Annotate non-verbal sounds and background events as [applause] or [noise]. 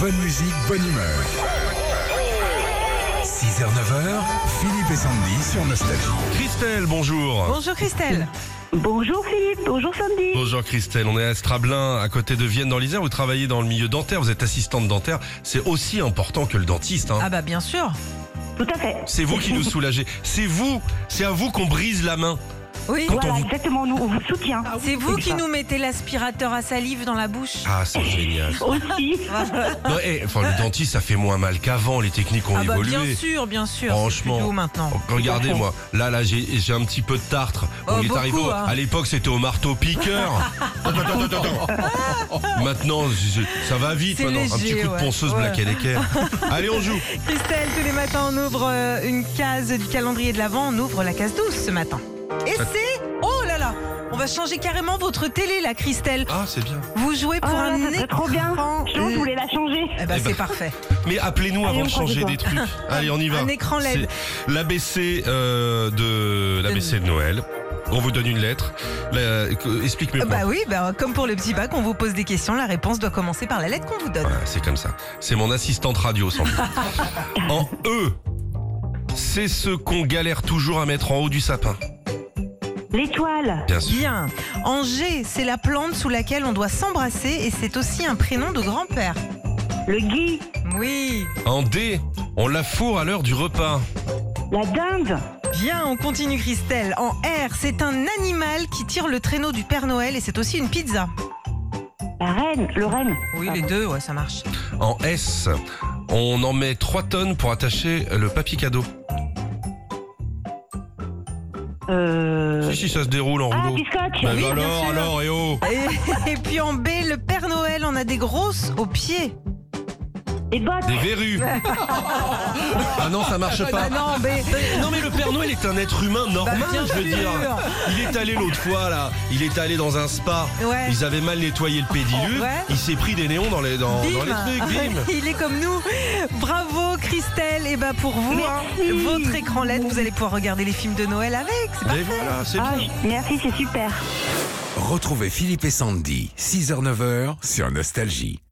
Bonne musique, bonne humeur. 6h, 9h, Philippe et Sandy sur Nostalgie. Christelle, bonjour. Bonjour Christelle. Bonjour Philippe, bonjour Sandy. Bonjour Christelle, on est à Strablin, à côté de Vienne dans l'Isère. Vous travaillez dans le milieu dentaire, vous êtes assistante dentaire. C'est aussi important que le dentiste. hein. Ah bah bien sûr. Tout à fait. C'est vous qui nous soulagez. C'est vous, c'est à vous qu'on brise la main. Oui. Quand on Voilà, vous- exactement, nous, on vous soutient. Ah C'est vous C'est qui ça. nous mettez l'aspirateur à salive dans la bouche. Ah, [laughs] c'est génial. Aussi, Non, eh, enfin, le dentiste, ça fait moins mal qu'avant. Les techniques ont Ah bah évolué. bien sûr, bien sûr. Franchement. C'est plus doux maintenant. Regardez-moi, Oh, là, là, j'ai j'ai un petit peu de tartre. Oh, On est beaucoup, arrivé au- hein. À l'époque, c'était au marteau piqueur. [laughs] Attends, attends, attends, attends. maintenant, je- je- ça va vite. C'est Maintenant, un léger, petit coup ouais. de ponceuse Ouais. Black [laughs] Decker. Allez, on joue. Christelle, tous les matins on ouvre euh, une case du calendrier de l'Avent, on ouvre la case 12 ce matin. Et c'est... Oh là là On va changer carrément votre télé là Christelle. Ah, c'est bien. Vous jouez [laughs] pour Oh, un ça serait trop bien. écran... Chaud, je voulais la changer. Eh bah Eh ben. c'est parfait. Mais appelez-nous Allez, avant on de croise les changer doigts. des [laughs] trucs. Allez, on y va. Un écran E LED. C'est L'ABC euh, de l'ABC de Noël. On vous donne une lettre. La- que- Explique-moi. Bah oui, bah, comme pour le petit bac, on vous pose des questions, la réponse doit commencer par la lettre qu'on vous donne. Voilà, c'est comme ça. C'est mon assistante radio, sans [laughs] doute. en E, c'est ce qu'on galère toujours à mettre en haut du sapin. L'étoile, Bien sûr. Bien. Angers, c'est la plante sous laquelle on doit s'embrasser et c'est aussi un prénom de grand-père. le gui, Oui. En D, on la fourre à l'heure du repas. la dinde, Bien, on continue Christelle. En R, c'est un animal qui tire le traîneau du Père Noël et c'est aussi une pizza. la reine, le renne. Oui, les deux, ouais, ça marche. En S, on en met 3 tonnes pour attacher le papier cadeau. Euh... Si, si, ça se déroule en Ah, rouleau. biscotte Bah, bien alors, sûr. alors, et oh Et, et puis en B, le Père Noël en a des grosses aux pieds. Les bottes, Des [laughs] verrues Ah non, ça marche pas. Ah non, B. Non mais le Père Noël est un être humain normal, Bah, bien je veux sûr. dire. Il est allé l'autre fois là, il est allé dans un spa. Ouais. Oh, Ils avaient mal nettoyé le pédiluve. Ouais. Il s'est pris des néons dans les dans, Bim. dans les trucs. [laughs] Bim. Il est comme nous. Bravo Christelle. Et bah pour vous, hein, votre écran LED, vous allez pouvoir regarder les films de Noël avec. C'est Et voilà, c'est Ah, bien. je- merci, c'est super. Retrouvez Philippe et Sandy, 6h, 9h sur Nostalgie.